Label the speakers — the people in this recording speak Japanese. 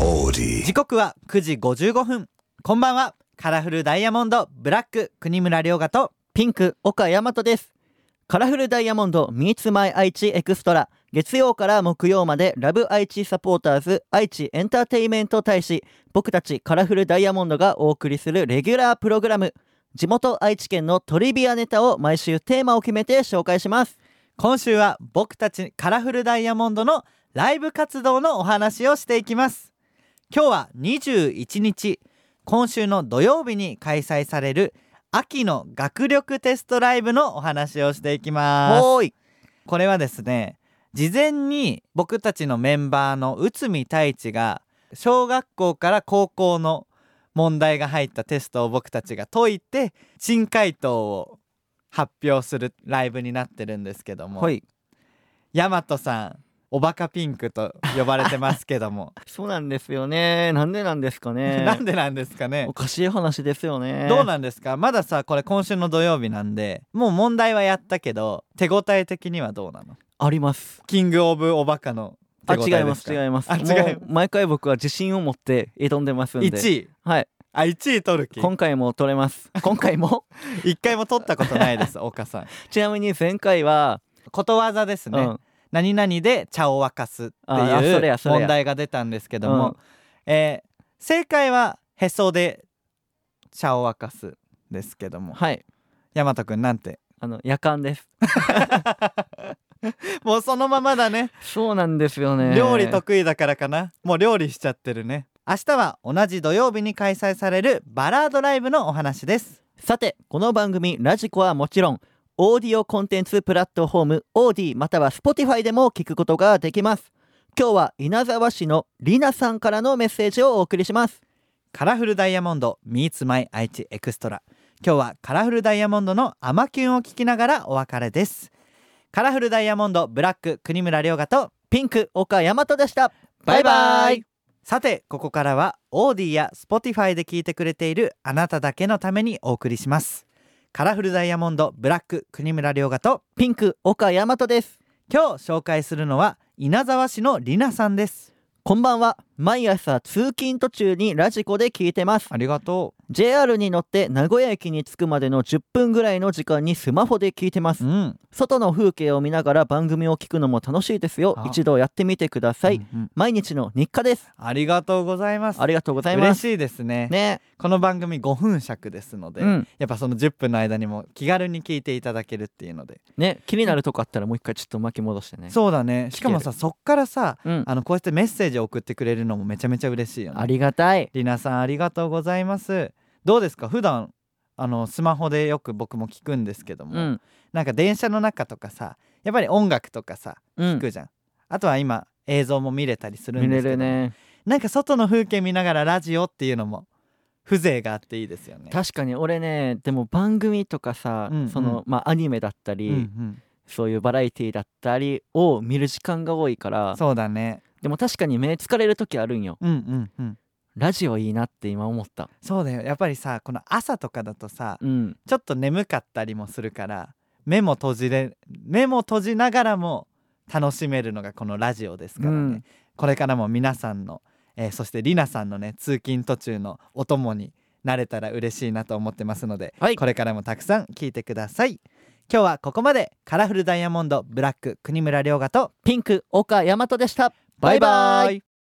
Speaker 1: オーディ
Speaker 2: 時刻は9時55分こんばんはカラフルダイヤモンドブラック国村良賀と
Speaker 3: ピンク岡大和ですカラフルダイヤモンド Meets My 愛知エクストラ月曜から木曜までラブ愛知サポーターズ愛知エンターテイメント大使僕たちカラフルダイヤモンドがお送りするレギュラープログラム地元愛知県のトリビアネタを毎週テーマを決めて紹介します
Speaker 2: 今週は僕たちカラフルダイヤモンドのライブ活動のお話をしていきます今日は21日今週の土曜日に開催される秋の学力テストライブのお話をしていきます
Speaker 3: おーい
Speaker 2: これはですね事前に僕たちのメンバーの内海太一が小学校から高校の問題が入ったテストを僕たちが解いて新回答を発表するライブになってるんですけども、
Speaker 3: はい
Speaker 2: 大和さんおバカピンクと呼ばれてますけども
Speaker 3: そうなんですよねなんで なんですか ね
Speaker 2: なんでなんですかね
Speaker 3: おかしい話ですよね
Speaker 2: どうなんですかまださこれ今週の土曜日なんでもう問題はやったけど手応え的にはどうなの
Speaker 3: あります
Speaker 2: キングオブおバカの
Speaker 3: あ
Speaker 2: 手応えですか
Speaker 3: 違います違います
Speaker 2: あ違い
Speaker 3: もう毎回僕は自信を持って挑んでますんで
Speaker 2: 1位
Speaker 3: はい
Speaker 2: あ1位取る気
Speaker 3: 今回も取れます 今回も
Speaker 2: 一回も取ったことない です岡さん
Speaker 3: ちなみに前回は、
Speaker 2: ことわざですね、
Speaker 3: うん
Speaker 2: 何々で茶を沸かすって
Speaker 3: ああそれ
Speaker 2: いう
Speaker 3: やそれや
Speaker 2: 問題が出たんですけども、えー正解はへそで茶を沸かすですけども
Speaker 3: はい
Speaker 2: 大和くんなんて
Speaker 3: あの夜間です
Speaker 2: もうそのままだね
Speaker 3: そうなんですよね
Speaker 2: 料理得意だからかなもう料理しちゃってるね明日は同じ土曜日に開催されるバラードライブのお話です
Speaker 3: さてこの番組ラジコはもちろんオーディオコンテンツプラットフォームオーディまたは Spotify でも聞くことができます今日は稲沢市のりなさんからのメッセージをお送りします
Speaker 2: カラフルダイヤモンド Meets My 愛知エクストラ今日はカラフルダイヤモンドのアマキュンを聞きながらお別れですカラフルダイヤモンドブラック国村良賀と
Speaker 3: ピンク岡大和でした
Speaker 2: バ
Speaker 3: バ
Speaker 2: イ
Speaker 3: イ
Speaker 2: バ
Speaker 3: バ
Speaker 2: イ
Speaker 3: イ
Speaker 2: さてここからはオーディや Spotify で聞いてくれているあなただけのためにお送りしますカラフルダイヤモンドブラック国村良賀と
Speaker 3: ピンク岡大和です
Speaker 2: 今日紹介するのは稲沢市のりなさんです
Speaker 3: こんばんは毎朝通勤途中にラジコで聞いてます
Speaker 2: ありがと
Speaker 3: JR に乗って名古屋駅に着くまでの10分ぐらいの時間にスマホで聞いてます
Speaker 2: うん
Speaker 3: 外の風景を見ながら番組を聞くのも楽しいですよ
Speaker 2: あ
Speaker 3: 一度やってみてください、
Speaker 2: うんうん
Speaker 3: 毎日の日課です
Speaker 2: ありがとうございます
Speaker 3: ありがとうございま
Speaker 2: 嬉
Speaker 3: す
Speaker 2: しいですね
Speaker 3: ね
Speaker 2: この番組5分尺ですので、
Speaker 3: うん
Speaker 2: やっぱその10分の間にも気軽に聞いていただけるっていうので、
Speaker 3: ね気になるとこあったらもう一回ちょっと巻き戻してね
Speaker 2: そうだねしかもさそっからさ
Speaker 3: う、ん、あ
Speaker 2: あのこうやってメッセージを送ってくれるのもめちゃめちゃ嬉しいよね
Speaker 3: りがたい
Speaker 2: りなさんありがとうございますどうですか普段あのスマホでよく僕も聞くんですけども、
Speaker 3: うん
Speaker 2: なんか電車の中とかさやっぱり音楽とかさ
Speaker 3: う
Speaker 2: 聞
Speaker 3: ん
Speaker 2: くじゃん、あとは今映像も見れたりする
Speaker 3: 見
Speaker 2: んです
Speaker 3: れ
Speaker 2: けど
Speaker 3: るね
Speaker 2: なんか外の風景見ながらラジオっていうのも風情があっていいですよね
Speaker 3: 確かに俺ねでも番組とかさ、
Speaker 2: うんうん
Speaker 3: そのまあアニメだったり、
Speaker 2: うんうん
Speaker 3: そういうバラエティだったりを見る時間が多いから
Speaker 2: そうだね
Speaker 3: でも確かに目疲れる時あるんよ
Speaker 2: うんうんうん
Speaker 3: ラジオいいなって今思った
Speaker 2: そうだよやっぱりさこの朝とかだとさ
Speaker 3: うん
Speaker 2: ちょっと眠かったりもするから目も閉じれ目も閉じながらも楽しめるのがこのラジオですからね、
Speaker 3: うん
Speaker 2: これからも皆さんの、えーそしてりなさんのね通勤途中のお供になれたら嬉しいなと思ってますので、
Speaker 3: はい
Speaker 2: これからもたくさん聞いてください今日はここまでカラフルダイヤモンドブラック国村良賀と
Speaker 3: ピンク岡大和でしたバイバイ
Speaker 2: イ